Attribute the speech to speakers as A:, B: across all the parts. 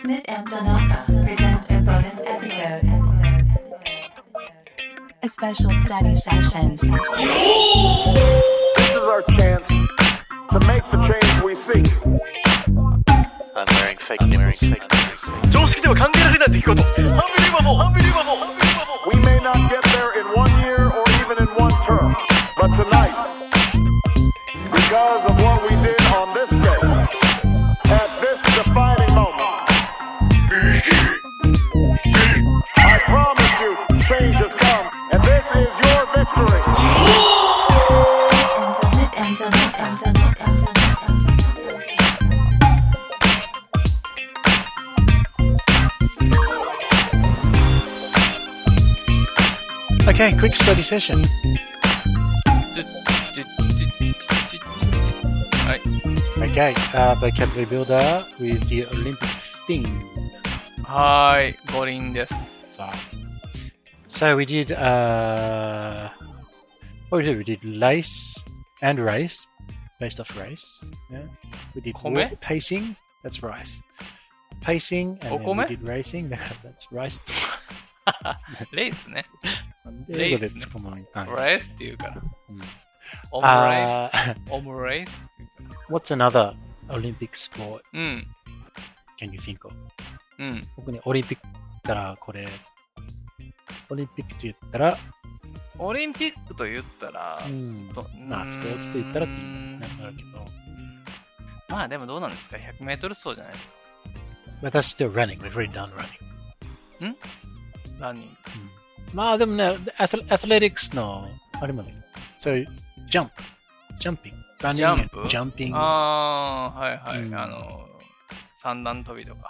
A: Smith and Donaka present a bonus episode. A special study session.
B: This is our chance to make the change we seek.
C: I'm wearing fake I'm wearing fake nipples.
D: 常識では考えられない出来事ハンビリーバボーハンビリーバボーハンビリーバボー
B: We may not get there in one year or even in one term, but tonight, because of what we did on this day, at this defining moment, I promise you, change has come, and this is your victory.
A: Smith and Donaka. Donaka.
D: Okay, quick study session.
C: はい。
D: Okay, uh, vocabulary builder with the Olympic thing.
C: はーい、五輪です。
D: So, so we did, uh, what we did, we did lace and rice, based off rice. Yeah. We did
C: 米？
D: walk- pacing, that's rice. Pacing, and then we
C: お米？
D: did racing, that's rice.
C: レースね。
D: 英語で
C: ね
D: 突っ込むのか
C: レ
D: な
C: ースって言うから
D: うん。
C: オムレー
D: あー
C: ス。オムレースって言うか
D: Uh, What's another Olympic sport
C: ら。うん。
D: can you think of?
C: うん。
D: 僕ね、オリンピックからこれ、オリンピックと言ったら、
C: オリンピックと言ったら
D: う、ん、
C: と
D: まあ、スポーツと言ったらっていうのがあるけど、
C: まあでもどうなんですか ?100 メートル走じゃないですか。
D: but that's still running, we've already done running.
C: ランニング。
D: まあでもね、アスアスレティックスの、あれもね、そう、ジャンプ、ジャンピング、ランニング、ジ
C: ジ
D: ャンピング、
C: ああ、はいはい。
D: うん
C: あの、三段跳びとか。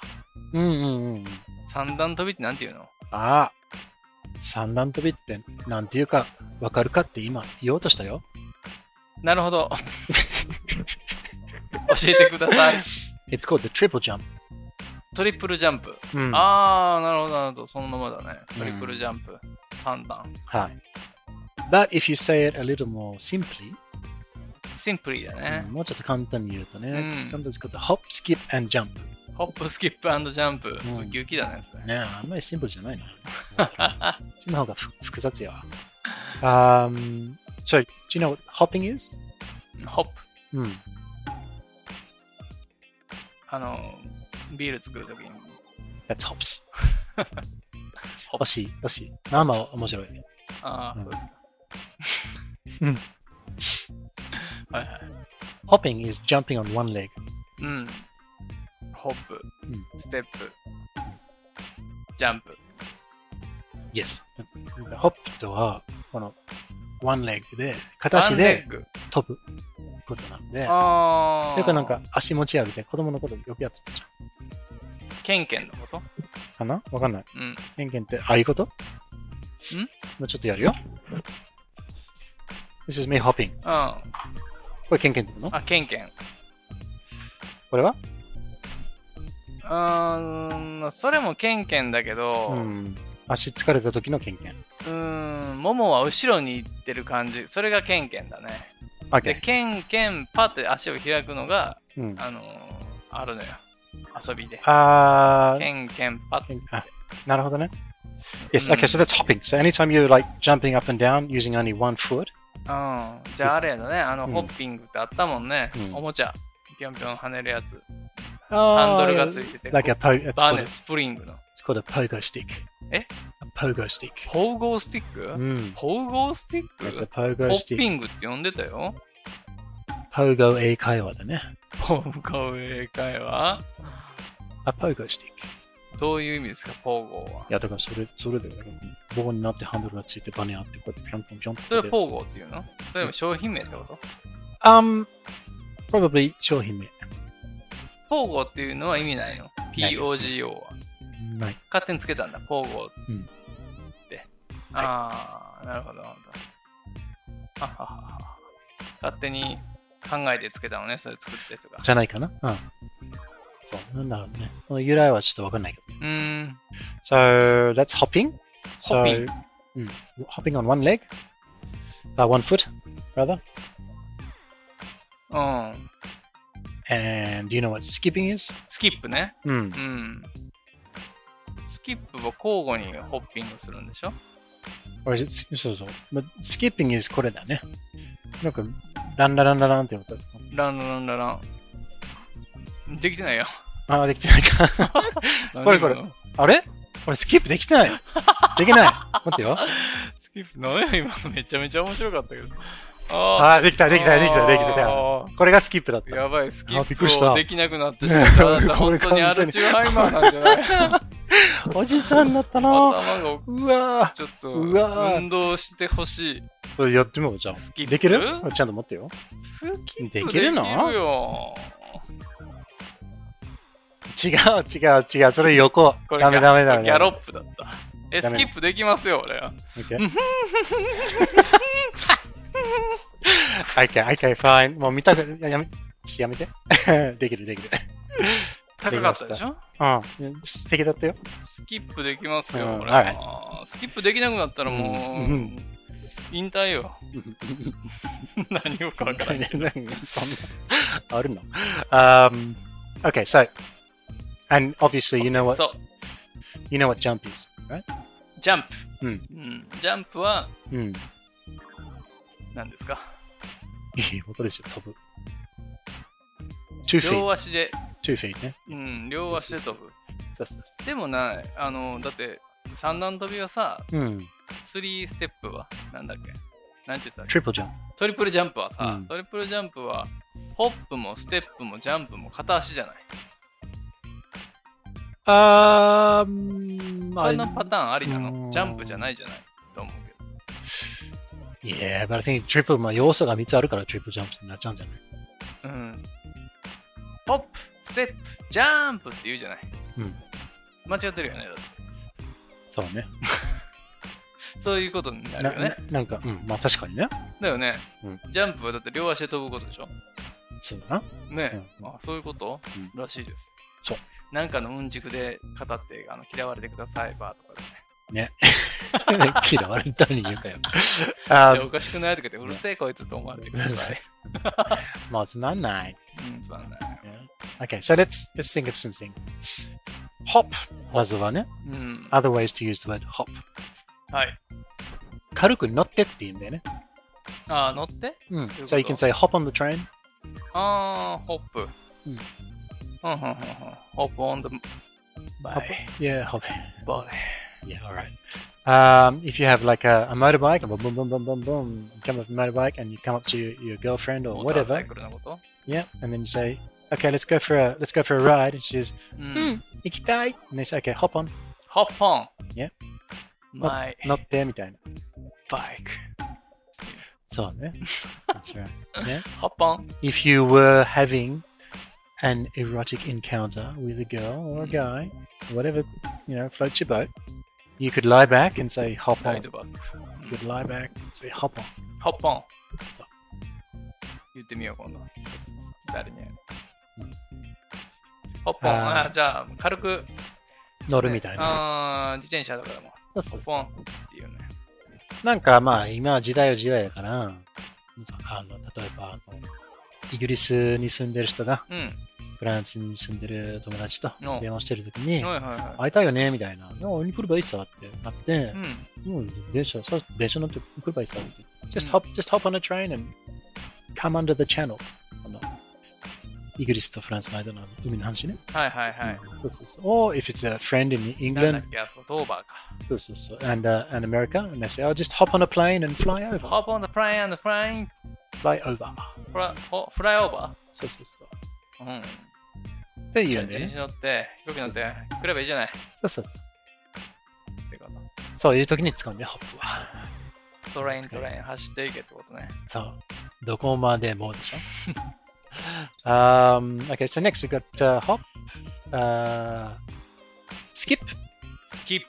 D: うんうんうん。
C: 三段跳びってなんていうの
D: ああ、三段跳びって、なんていうか、わかるかって今言おうとしたよ。
C: なる ほど。教えてください。
D: It's called the triple jump.
C: トリプルジャンプ。
D: うんは
C: ああ、なるほど、なるほど。そのままだね。トリプルジャンプ。三段。
D: い。But if you say it a little more simply,
C: シンプリだね
D: うん。もうちょっと簡単に言うとね、
C: うん
D: It's sometimes called the hop, skip and jump。
C: ホップ、スキップ、アンドジャンプ。
D: ん
C: ウキウキだね、それ。
D: ねえあんまりシンプルじゃ ないな。その方がふ複雑やわ。Um, so, do you know what hopping is?
C: ホップ。
D: うん。
C: あの、ビール作るときに。
D: That's hops.
C: ホ
D: 惜
C: ップ。
D: しい、惜しい。生は面白い。
C: ああ、
D: うん
C: そうですか。
D: うん。
C: はいはい。
D: Hopping is jumping on one leg.
C: うん。ホップ、
D: う
C: ステップ、ジャンプ。
D: Yes. ホップとは、この、one leg で、片足
C: ワンレ
D: で
C: ッグ
D: 飛ぶことなんで、よ
C: ああ。
D: くなんか足持ち上げて子供のことよくやってたじゃ
C: ケンケンのこと
D: ん。かなわかんない。
C: うん。
D: 偏見ってああいうことんもうちょっとやるよ。This is me hopping.
C: うん。あ、
D: これ偏見って言うの
C: ケンケン。う
D: これは
C: ーん、それもケンケンだけど、
D: う。
C: うん
D: 足疲れた時の偏見。
C: ーん、ももは後ろに行ってる感じ。それがケンケンだね。で、
D: OK。
C: ケンケンパって足を開くのが、
D: うん。
C: あのーあるのよ。遊びで。
D: あー
C: ケンケンパって。
D: 偏見あ、なるほどね。Yes,
C: うん
D: okay, so that's hopping. So anytime you're like jumping up and down using only one foot.
C: うん。じゃああれやだね。あの、
D: うん
C: ホッピングってあったもんね。
D: うん
C: おもちゃ。ぴょんぴょん跳ねるやつ。ハンドルがつ
D: Oh,
C: いてて。
D: like a
C: こ
D: po- it's
C: う
D: called
C: バー
D: a,
C: ネ、スプリングの。
D: it's called a pogo stick.
C: え
D: A pogo stick.
C: ポーゴースティック、
D: うん。
C: ポーゴースティック
D: It's a
C: ポ
D: pogo
C: ッピ
D: stick.
C: ングって呼んでたよ。
D: pogo e 英会話だね。
C: ポーゴー英会話
D: A pogo stick.
C: どういう意味ですか、ポーゴーは。
D: いや、だからそれ、それで、棒になってハンドルがついてバネあって、こうやってピョンピョンピョンって。
C: それポーゴーっていうのそれも商品名ってこと
D: ?Um, probably 商品名。
C: ポーゴーっていうのは意味ないの
D: ないです
C: ?POGO は。
D: ない。
C: 勝手につけたんだ、ポーゴーって。
D: うん
C: ああ、なるほど、なるほど。はははは勝手に考えてつけたのね、それ作ってとか。
D: じゃないかなうん。そう、なんだろうね。この由来はちょっとわかんないけどね。
C: うーん、
D: So, that's hopping. So,
C: Hopping.
D: Mm, hopping on one leg. Uh, one foot, rather.
C: うん。
D: And do you know what skipping is?
C: スキップね。
D: Mm.
C: うん。スキップを交互にホッピングするんでしょ
D: or is it, そうそう。まあ、skipping is これだね。なんか、ランラランラランって音。
C: ランランララン。できてないよ。
D: ああ、できてないか。これこれ
C: 何今の
D: あれ俺スキップできてない。できない。待ってよ。
C: スキップ、何や今のめちゃめちゃ面白かったけど。 あ
D: ああ、できた、
C: あ
D: できた、できた、できた。
C: あ
D: これがスキップだっ
C: ー
D: た。
C: やばい、スキ
D: あびっくりし
C: ップ
D: た
C: をできなくなってしまった。あなた
D: こ
C: 本
D: れ
C: 当にアルチューハイマーなんじゃない
D: おじさんになった
C: 頭
D: な。
C: がお
D: うわ
C: ちょっと
D: うわー
C: 運動してほしい。
D: ぁ。やってみよう、じゃ
C: スキッ
D: あ。
C: プ
D: できるちゃんと待ってよ。
C: スキップ
D: で
C: で
D: き
C: き
D: る
C: る
D: の
C: よ。
D: 違う、違う、違う。それ横。
C: これ
D: ダメ、ダメ、ダメ。
C: ギャロップだった。え、
D: ダ
C: ス
D: メ
C: キップできますよ、俺は。
D: Okay. okay, okay, fine. もう見たく、ややめ、ちょっとやめて。 できる、できる。
C: 高かったでしょ
D: うん。素敵だったよ。
C: スキップできます
D: う
C: よ、
D: ん
C: 俺は。スキップできなくなったら
D: う
C: も
D: んう、
C: うん引 退よ。何をかわからない。
D: そんな、あるの um, Okay, so, and obviously you know what,
C: そう、
D: you know what jump is, right?
C: ジャン
D: う
C: プ。
D: ん
C: んジャンプは
D: うん。い
C: 何ですか
D: い音ですよ、飛ぶ。two
C: 両
D: feet,
C: 足で、
D: two feet ね。
C: うん、両足で飛ぶ。
D: そうそうそ
C: でもな、あの、だって、三段跳びはさ、
D: う。うん。
C: スリーステップは、なんだっけなんて言ったっけ
D: triple jump.
C: トリプルジャンプはさ、
D: うん
C: トリプルジャンプは、ホップもステップもジャンプも片足じゃない。
D: あー、
C: そんなパターンありな
D: うん
C: のジャンプじゃないじゃないと思うけど。
D: Yeah, but I think triple まあ要素が3つあるから triple jumps になっちゃうんじゃない
C: うん。ホップ、ステップ、ジャンプって言うじゃない。
D: うん。
C: 間違ってるよね。だって
D: そうね。
C: そういうことになるよね
D: な。なんか、うん、まあ確かにね。
C: だよね、
D: うん
C: ジャンプはだって両足で飛ぶことでしょ
D: そうだな。
C: ねえ、
D: うん
C: あそういうこと、
D: うん
C: らしいです。
D: そう。
C: なんかのうんちくで語ってあの嫌われてください、バーとかでね。
D: 嫌われたのに言うか よ。
C: いや
D: あ
C: おかしくないとかでうるせえこいつと思われてくだ さい。
D: まあつまんない。
C: うん、つまんない。
D: Okay, so let's, let's think of something. Hop まずはね。
C: うん。
D: Other ways to use the word hop.
C: はい。
D: 軽く乗ってって言うんだよね。
C: あ、乗って
D: うん。
C: と
D: Hmm, So you can say hop on the train.
C: あー、ホップ。
D: うん
C: うん。うん、うん、うん。ホップオンド、バイ。
D: Yeah, hop.
C: バ
D: Yeah, all right. Um, if you have like a, a motorbike, boom, boom, boom, boom, boom, boom, you come up with a motorbike and you come up to your, your girlfriend
C: イ。
D: or
C: モーター
D: whatever,
C: サイクルのこと
D: Yeah, and then you say, "Okay, let's go for a let's go for a ride." And she says,
C: うん。
D: "Ikitai," and they say, "Okay, hop on."
C: ホップオン。
D: Yeah.
C: マイ
D: Not there, みたいな。
C: バイク。
D: そう ね。That's right. Yeah.
C: ホップオン。
D: If you were having an erotic encounter with a girl
C: Hmm.
D: or a guy, whatever you know floats your boat, you could lie back and say, "Hop
C: ラ
D: on."
C: イドバック。
D: You could lie back and say, "Hop on."
C: ホップオン
D: そう。
C: 言ってみよう、今度。誰にやる
D: うん
C: ホップオン。
D: あー
C: あーじゃあ、軽く。
D: 乗るみたい
C: "Oh,
D: な。
C: な。あー自転車とかでも。
D: そうそ
C: ホ
D: う
C: ップオ
D: そ
C: ンっていうね。
D: う。なんかまあ今は時代は時代だから、あの例えばあのイギリスに住んでる人が
C: うん。
D: フランスに住んでる友達と
C: うん
D: 電話してるときに、
C: はいはいは
D: 会いたいよねみたいな。でも俺に来ればいいさってなって
C: い。う、ん。
D: もう電車、さ電車乗って来ればいいさって。Just hop, just hop on a train and come under the channel. あのイギリスとフランスの間の海の話ね。
C: はいはいはい。
D: そうそうそう。Or if it's a friend in
C: なんだ
D: England,
C: っけ、あそこ、ドーバーか。
D: そうそうそう。And,、uh, and America, and they say, oh, just hop on a plane and fly over.
C: Hop on the plane and flying
D: Fly over.
C: fly ho- fly over?
D: そうそうそう。
C: うん。
D: って
C: じ
D: 言
C: ゃ
D: う
C: あ
D: んだ
C: 自
D: よ
C: 転
D: ね。
C: 車乗って、飛行機乗って、来ればいいじゃない
D: そうそうそう。
C: ってこと。
D: そういう時に使うんだよ、ホップは。
C: トレイントレイン走っていけってことね。
D: So, どこまでもでしょ um, Okay, so next we got、uh, hop, uh, skip.
C: スキッ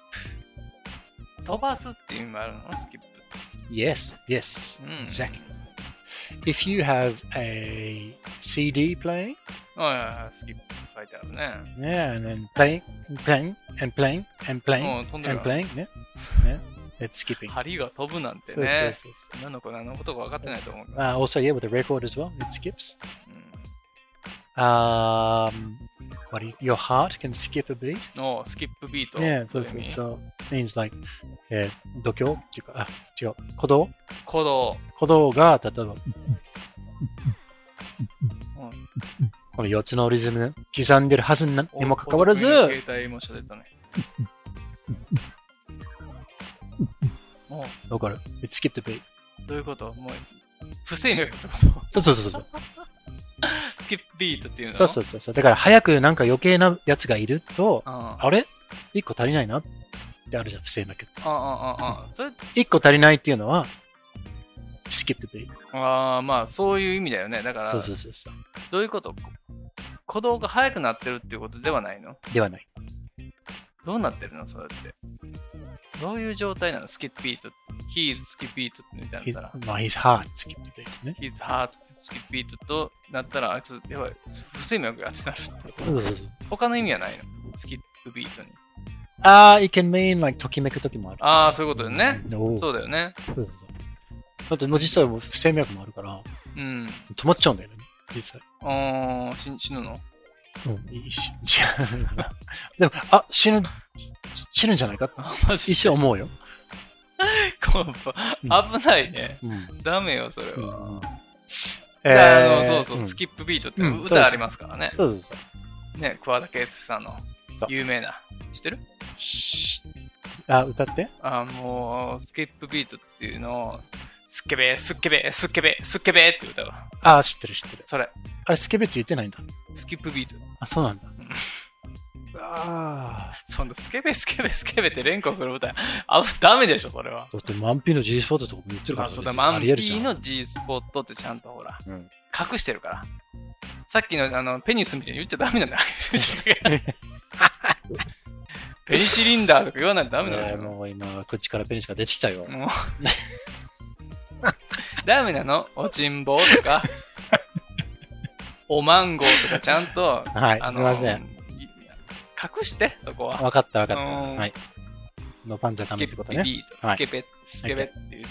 C: プ。飛ばすっていう意味もあるのスキップ。
D: Yes, yes,
C: うん。
D: exactly. If you have a CD playing,
C: はいはいはい、スキップって書いてあるね。
D: yeah, and then playing, and playing, and playing, and
C: も
D: playing,
C: う飛んでる
D: and
C: わ
D: playing, yeah, yeah, it's skipping.
C: 針が飛ぶなんて
D: そう
C: ね。
D: そうそう
C: 何の子何のことか分かってないと思う。
D: Uh, also, yeah, with a record as well, it skips.
C: うん
D: Um, what do you- your heart can skip a beat.
C: おうスキップビート。
D: Yeah, so, so,
C: いう意味
D: so means like えー度胸っていうか、あ、違う、鼓動
C: 鼓動。
D: 鼓動が、例えば、
C: うん
D: この4つのリズム刻んでるはずなにもかかわらず
C: お、得意携帯も喋ったね。も
D: わかる。It skipped a beat.
C: う、どういうこともう、不整 脈ってこと
D: そうそうそうそう。
C: スキップビートっていうの
D: そうそうそうそう。だから早くなんか余計なやつがいると、
C: ああ
D: あれ ?1 個足りないなってあるじゃん、不正なけど。
C: あああああそれ
D: 1個足りないっていうのは、skip the beat。
C: ああまあそういう意味だよねだから
D: そうそうそうそう。
C: どういうことこ鼓動が速くなってるっていうことではないの
D: ではない。
C: どうなってるのそれってどういう状態なのスキップビート He's スキップビートみたい
D: His,
C: なのだった
D: ま
C: ら
D: あ、his heart skipped the beat ね。
C: He's heart スキップビートとなったらあいつやばい不整脈やってなるって
D: そうそうそう。
C: 他の意味はないのスキップビートに
D: ああ、it can mean like ときめく時もある。
C: ああそういうことだよね
D: おう
C: そうだよね
D: そうそうそうだってもう実際もう不整脈もあるから、
C: うん
D: 止まっちゃうんだよね、実際。
C: あーし死ぬの
D: うん、いいし、じゃあでも、あ、死ぬ、死ぬんじゃないかって
C: マジ
D: 一瞬思うよ。
C: コンパ危ないね
D: うん。
C: ダメよそれは
D: うん
C: いやあのそうそう、
D: ん
C: スキップビートって
D: うんそうです
C: 歌ありますからね。
D: そうそうそう。
C: ね、桑田佳祐さんの
D: そう
C: 有名な。知ってる
D: しあ、歌って
C: あもう、スキップビートっていうのを、スケベー、スケベー、スケベー、スケベーって歌うわ。
D: あ、知ってる知ってる。
C: それ、
D: あれ、スケベって言ってないんだ。
C: スキップビート。
D: あ、そうなんだ。ああ。
C: そんなスケベ、スケベ、スケベって連呼する歌。あ、ダメでしょ、それは。
D: だって、マンピーの G スポットとかも言ってるから
C: あ、そうだ、
D: 別に
C: マン
D: あ
C: ピ
D: りえるじゃ
C: ー
D: ん
C: の G スポットってちゃんとほら、
D: うん
C: 隠してるから。さっきのあのペニスみたいに言っちゃダメ なんだ。言っちゃダメペニシリンダーとか言わないとダメなんだ
D: え
C: よ
D: ー。もう今、こっちからペニスが出てきたよ。
C: もうダメなのおちんぼうとかおマンゴーとかちゃんと
D: はい、
C: あの
D: すいません。
C: い隠してそこは
D: わかったわかった。
C: うん
D: はい。のパンじゃダメ
C: スケ
D: ってこと
C: ベ
D: ね。
C: ビーと
D: はい
C: スケベスケベっていう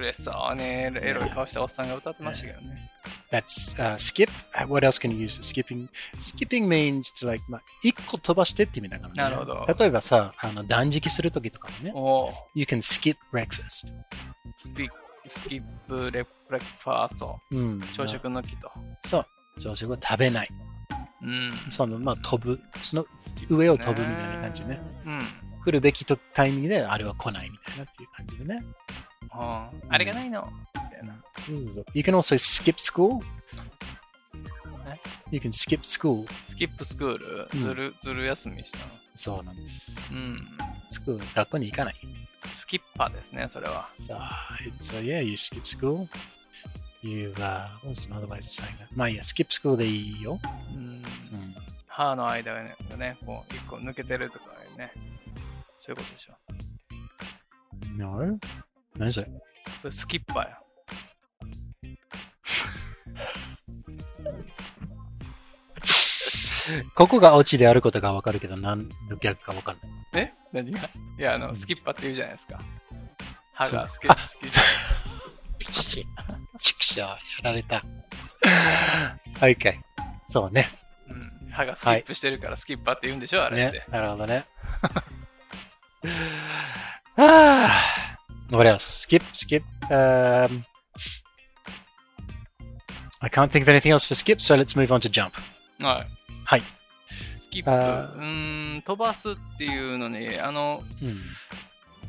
C: 嬉しそうねエロい顔したおっさんが歌ってましたけどね
D: That's、uh, skip. What else can you use for skipping? Skipping means to like, まあ、一個飛ばしてって意味だからね。
C: なるほど
D: 例えばさ、あの断食するときとかもね。
C: おお
D: You can skip breakfast.
C: スピスキップレブレックファースト
D: うん。
C: 朝食の木と
D: そう。朝食は食べない。
C: うん
D: その、まあ、飛ぶ。その、
C: スキップね
D: 上を飛ぶみたいな感じね。
C: うん
D: 来るべきとタイミングで、あれは来ないみたいなっていう感じでね。
C: あーあれがないのみたいな
D: You can also skip school.
C: え
D: You can skip school.
C: スキップスクール
D: うん
C: ずるずる休みしたの
D: そうなんです。
C: うん
D: スクール、学校に行かない。
C: スキッパーですね、それは。
D: So, it's, uh, yeah, you skip school. You, uh, what's another way of saying that? まあいいや、skip school でいいよ。
C: うん
D: うん、
C: 歯の間がね、ねこう、一個抜けてるとかね。そういうことでしょ。
D: no? 何それ
C: それスキッパーや。
D: ここがオチであることがわかるけど、何の逆かわかんない。
C: え何がいや、あの、スキッパーって言うじゃないですか。歯がスキ
D: そう
C: ッ
D: あ
C: スキッ
D: 畜生、やられ た。OK。そうね。
C: うん歯がスキップしてるからスキッパーって言うんでしょ、あれって
D: ね。。なるほどね。 はあ。What else? Skip, skip. Um, I can't think of anything else for skip, so let's move on to jump.
C: はい。
D: はい。
C: スキップ。う
D: あー
C: ーん、飛ばすっていうのに、あの、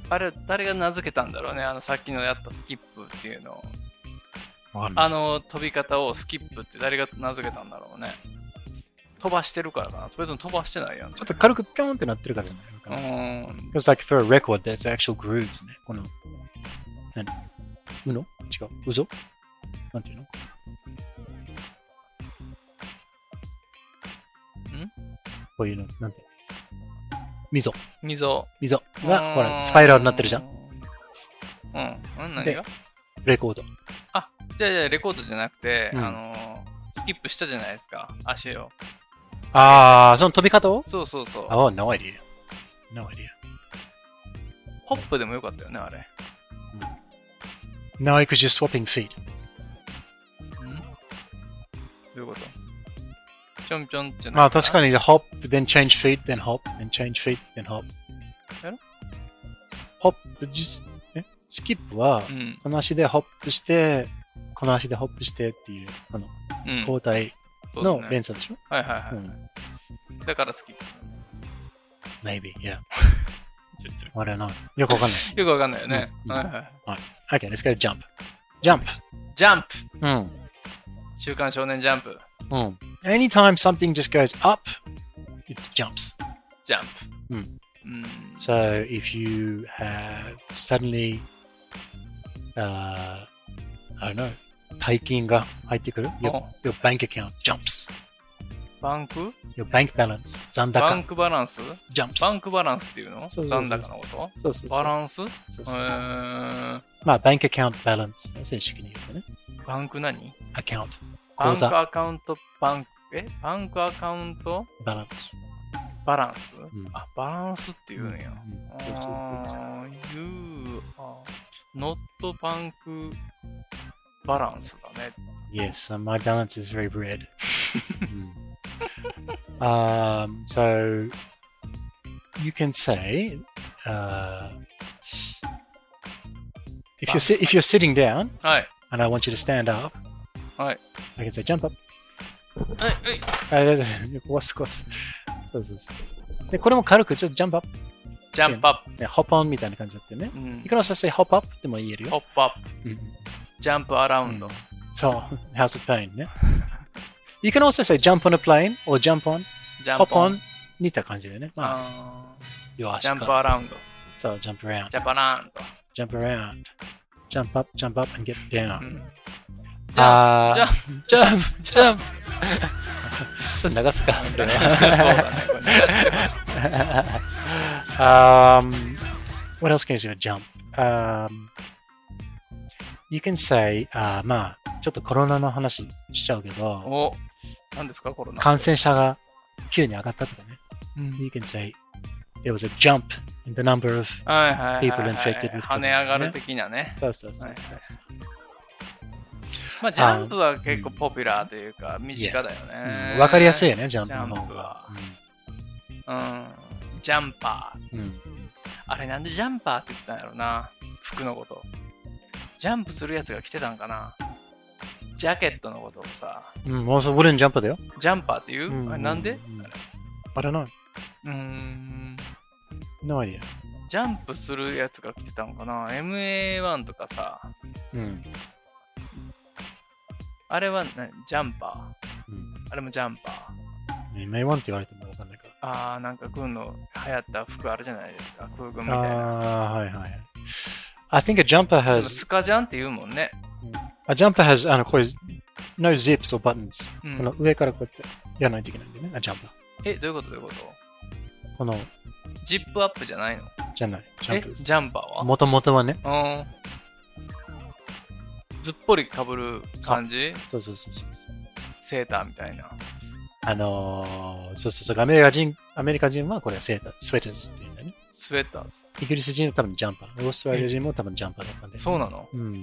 C: あれ、誰が名付けたんだろうね、あの、さっきのやったスキップっていうのを。
D: わかんない
C: あの飛び方をスキップって誰が名付けたんだろうね。飛ばしてるからかな。別に飛ばしてないやん。
D: ちょっと軽くピョンってなってるからじゃないうのかな。
C: ーん。
D: It's like for a record, that's actual grooves ね。この、何うの違う。うぞなんていうのんこういうの、なんて溝。
C: 溝。
D: 溝
C: うー
D: が、
C: ん
D: ほら、スパイラルになってるじゃん。。
C: うん。うん、何
D: で
C: が
D: レコード。
C: じゃあじゃあレコードじゃなくて、
D: うん
C: あのー、スキップしたじゃないですか。足を。
D: あー、その飛び方を
C: そうそうそう。
D: Oh, no idea. No idea.
C: ホップでもよかったよね、あれ。
D: No, because you're swapping feet.
C: どういうことぴょんぴょんって
D: まあ確
C: に。
D: かに hop, then change feet, then hop, then change feet, then hop.
C: やろ
D: hop, じえスキップは、
C: うん。
D: この足でホップして、この足でホップしてっていう、あの、
C: うん。
D: 交代
C: そうだ
D: の
C: ね
D: 連鎖でしょ、
C: はいはいは
D: う
C: い。
D: ん。
C: だから好き。
D: maybe, yeah.
C: ちょちょ
D: I don't know. よくわかんない。
C: よくわかんないよね。
D: うん
C: はいはい。
D: okay, let's go jump. Jump.
C: ジャンプ
D: うん。
C: 週刊少年ジャンプ。
D: うん。Anytime something just goes up, it jumps.
C: ジャン
D: う
C: プ。
D: ん
C: うん。
D: So if you have suddenly, uh, I don't know, 大金が入ってくる your,
C: お
D: your bank account jumps.
C: バンク
D: Your bank balance 残
C: バ
D: 高
C: ンクバランス
D: jumps.
C: バンクバランスっていうの
D: そうそうそう
C: 残高のこ
D: そうそう
C: と
D: そ
C: バ
D: う。
C: ランスう
D: そうそうそう
C: Uh. ーん。
D: まあ、バンクアカウントバランス、正式に言うとね。
C: バンク何
D: アカウント、
C: バ
D: 口
C: ンク
D: 座
C: アカウント、バンク、えバンクアカウント
D: バランス。
C: バランス
D: ん
C: あ、バランスってい
D: う
C: うんや。
D: んそうそうそう
C: あー You are not bank balance だね。
D: Yes, uh, my balance is very red. Mm. um, so you can say, uh, if you're si- if you're sitting down
C: はい。
D: and I want you to stand up,
C: Right.
D: I can say jump up.
C: はい、はい。
D: Uh, what's what's そうそうそうでこれも軽くちょっとジャンプアップ、
C: ジャンプアップ。
D: ね、ホップオンみたいな感じだったよね。
C: うん
D: い。くらさせホップアップでも言える
C: ホ
D: よ。
C: ップアップ。
D: うん
C: ジャンプアラウンド。
D: そう、House of Pain ね。You can also say jump on a plane or jump on
C: ジャン
D: ポ
C: プ
D: ポ
C: オン。
D: ン似た感じでね。まあ、
C: あ
D: 両
C: ージ
D: 足
C: ャ
D: か
C: ンプアラウンド。
D: そう、jump around,
C: ジャパランド。
D: jump around, jump up, jump up and get
C: う
D: down.
C: んジャン
D: あ
C: ジ
D: ー、ジ
C: ャ
D: ャ ンプ、ジャンプ。ちょっと流すか。これ
C: そう
D: は
C: だね。これやってまし
D: um, what else can you do? Jump. Um, you can say, あーまあ、ちょっとコロナの話しちゃうけ
C: た
D: ど、
C: お、何ですかコロナ。
D: 感染者が急に上がったとかね。You can say, there was a jump in the number of
C: はいはいはいはい。
D: People infected with
C: 跳ね上がる的なね。
D: そうそうそうそうそう。
C: まあ、ジャンプは結構ポピュラーというか、身近だよね。
D: わかりやすい
C: い。
D: よね、ジャンプの方が。
C: うん。ジャンパー。
D: うんうん
C: あれなんでジャンパーって言ったんやろな。服のこと。ジャンプするやつが着てたんかな。ジャケットのことをさ、
D: うん、もうそれ、ウォルンジャンプだよ。
C: ジャンパーっていう、
D: うん
C: あれなんで、
D: うん
C: あれ
D: あれな、
C: うーん。
D: no idea。
C: ジャンプするやつが来てたのかな ?MA1 とかさ、
D: うん。
C: あれは何ジャンパー、
D: うん
C: あれもジャンパー。
D: 今言わんって言われてもわかんないから。
C: あー、なんか軍の流行った服あるじゃないですか、空軍みたいな。
D: ああ、はいはい。I think a jumper
C: でもス
D: has,
C: カジャンって言うもんね。
D: a jumper has, あの、これ、no zips or buttons、
C: うん
D: この上からこうやってやらないといけないんだよね、a jumper。
C: え、どういうことどういうこと
D: この、
C: ジップアップじゃないの
D: じゃない、ジャ
C: え
D: ンプ。
C: ジャンパーは
D: もともとはね。
C: うん。ずっぽりかぶる感じ
D: そうそうそうそう。
C: セーターみたいな。
D: あのー、そうそうそう、アメリカ人、アメリカ人はこれはセーター、スウェッターって言うんだよね。
C: スウェッターズ。
D: イギリス人は多分ジャンパー。オーストラリア人も多分ジャンパーだったんで。
C: そうなの
D: うん。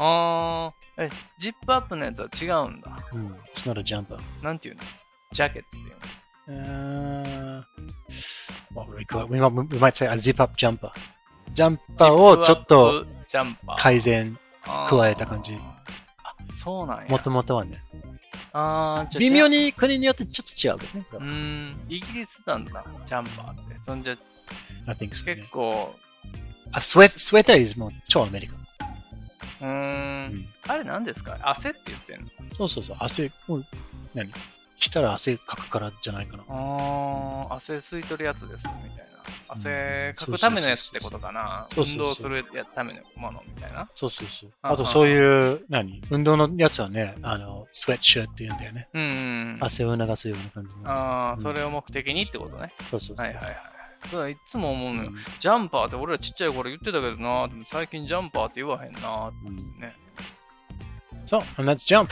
C: あー、え、ジップアップのやつは違うんだ。
D: うん。It's not a jumper.
C: なんていうのジャケットっていうの
D: Uh, what would we call it? We might, we might say a zip up jumper. ジャンパーをちょっと
C: ジャンパー
D: 改善。
C: 加
D: 加えた感じ
C: あそうなんや
D: もともとはね。
C: あーじゃあ
D: 微妙
C: ジ
D: に国によってちょっと違うけどねこ
C: ャン
D: れ
C: う
D: は。
C: ーんイギリスなんだジャンパーってそんじゃ
D: I think so.
C: 結構
D: A sweat, sweater is もう超アメリカ。
C: うーん、
D: うん
C: あれ何ですか汗って言ってんの
D: そうそうそう。汗、もう何したら汗かくからじゃないかな。
C: あー汗吸い取るやつですみたいな汗か
D: そうそうそう
C: くためのやつってことかな
D: そう
C: 運
D: そう
C: 動
D: そ
C: す
D: う
C: るやためのものみたいな
D: そうそうそう。
C: あ
D: あとそういう、何運動のやつはね、あの、スウェットシューって言うんだよね。
C: うんうん
D: 汗を流すような感じの。
C: あ
D: う
C: ー
D: ん
C: それを目的にってことね
D: そうそうそう。
C: はいはいはいだからいつも思うのよ、
D: うん
C: ジャンパーって俺らちっちゃい頃言ってたけどなでも最近ジャンパーって言わへんな
D: うん
C: ね
D: そう、and that's jump.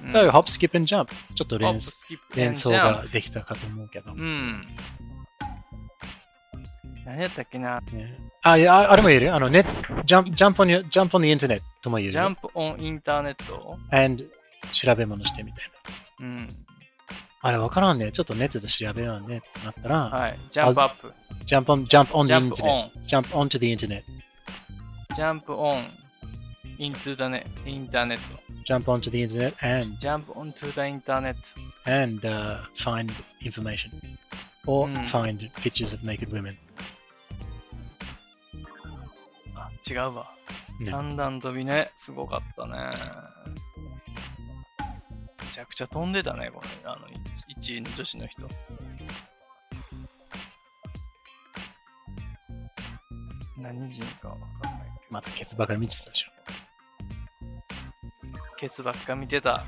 C: うん
D: だから hop, skip and jump. ちょっと
C: ホップ
D: 連
C: スキップ
D: 連想
C: ジャンプ
D: ができたかと思うけど。
C: うん。何やったっけな
D: ねあ、いや、ああれも言えるよあの、ね、ジャンプ、ジャンプ on, your- jump on the internet とも言える
C: ジャ
D: よ。
C: ンプオンインターネット
D: and 調べ物してみたい
C: うん。
D: あれ、わからんね。ちょっとネットで調べようね。ってなったら、
C: はい。ジャンプアップ。
D: jump on, jump on the
C: ジャンプオ
D: internet.
C: ン。
D: jump onto the internet.
C: ジャンプオン。イントゥだね。インターネット。
D: jump onto the internet and,
C: ジャンプオントゥだインターネット。
D: and, uh, find information. Or
C: Mm.
D: find pictures of naked women.
C: あ、違うわ。
D: ね
C: 三段飛びね。すごかったね。めちゃくちゃ飛んでたね、この、あの、1位の女子の人。何人かわかんないけ
D: またケツばかり見てたでしょ。
C: ど。ケツばっか見てた。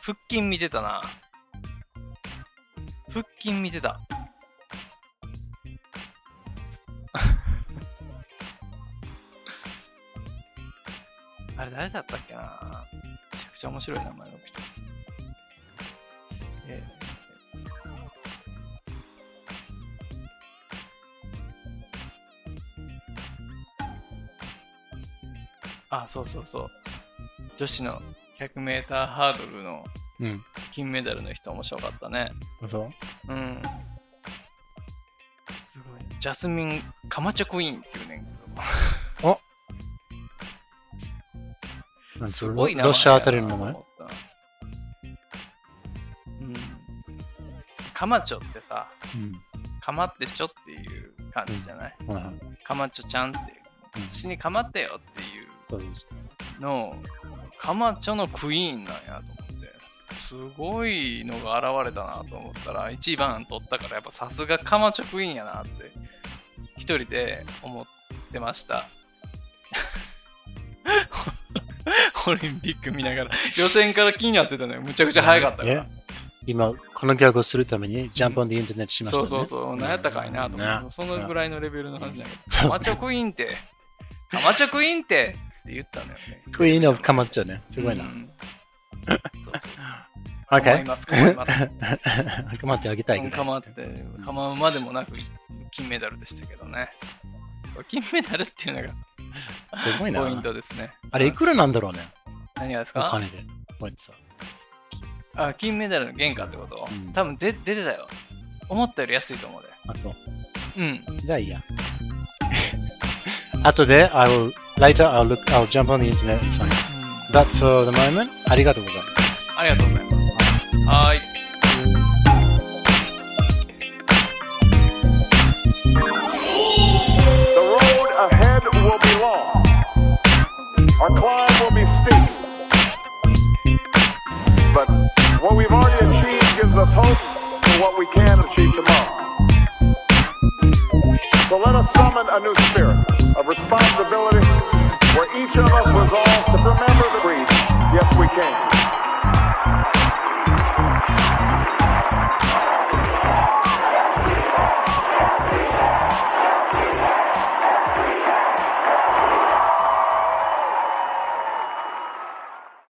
C: 腹筋見てたな。腹筋見てた。あれ誰だったっけなめちゃくちゃ面白い名前の人。えーあ、そうそうそう。女子の 100m ハードルの
D: うん
C: 金メダルの人面白かったね。
D: そう
C: うん。すごい。ジャスミン・カマチョクイーンっていうねんけど。すごい名前
D: ロシアあたりの名前
C: うん。カマチョってさ、
D: う
C: カマってちょっていう感じじゃない、
D: ん。はいはい
C: カマチョちゃんっていう。
D: うん
C: 私にカマってよってい
D: そうです
C: うのを、カマチョのクイーンなんやと思って。すごいのが現れたなと思ったら、1番取ったから、やっぱさすがカマチョクイーンやなって、一人で思ってました。 オリンピック見ながら、予選から気になってたのよ。むちゃくちゃ早かったから
D: ね。今、このギャグをするために、ジャンプオンでインターネットしました
C: そ
D: ね。
C: うそうそう、何やったかいなと思って、
D: ね
C: そのぐらいのレベルの話だけど、
D: そ
C: カ
D: う
C: マチョクイーンって、カマチョクイーンってって言ったんだよね。
D: クイーンオブカマッチョね。すごいな
C: う。んそうそうそう。構い
D: OK。
C: ます、構います。
D: 構ってあげたいぐらい。
C: 構って、構うまでもなく金メダルでしたけどね。これ金メダルっていうの
D: すごい
C: がポイン
D: な。
C: トですね。
D: あれ、いくらなんだろうね。
C: 何がです
D: お
C: か
D: 金で。こうやってさ。
C: あ金メダルの原価ってこと、
D: うん
C: 多分で出てたよ。思ったより安いと思うで。
D: あ、そう。
C: うん。
D: じゃあいいや。 後で、I will, later I'll look, I'll jump on the internet and find it. But for the moment, ありがとうございます。
C: ありがとうございます。はーい。
B: The road ahead will be long. Our climb will be steep. But what we've already achieved gives us hope for what we can achieve tomorrow. So let us summon a new spirit of responsibility.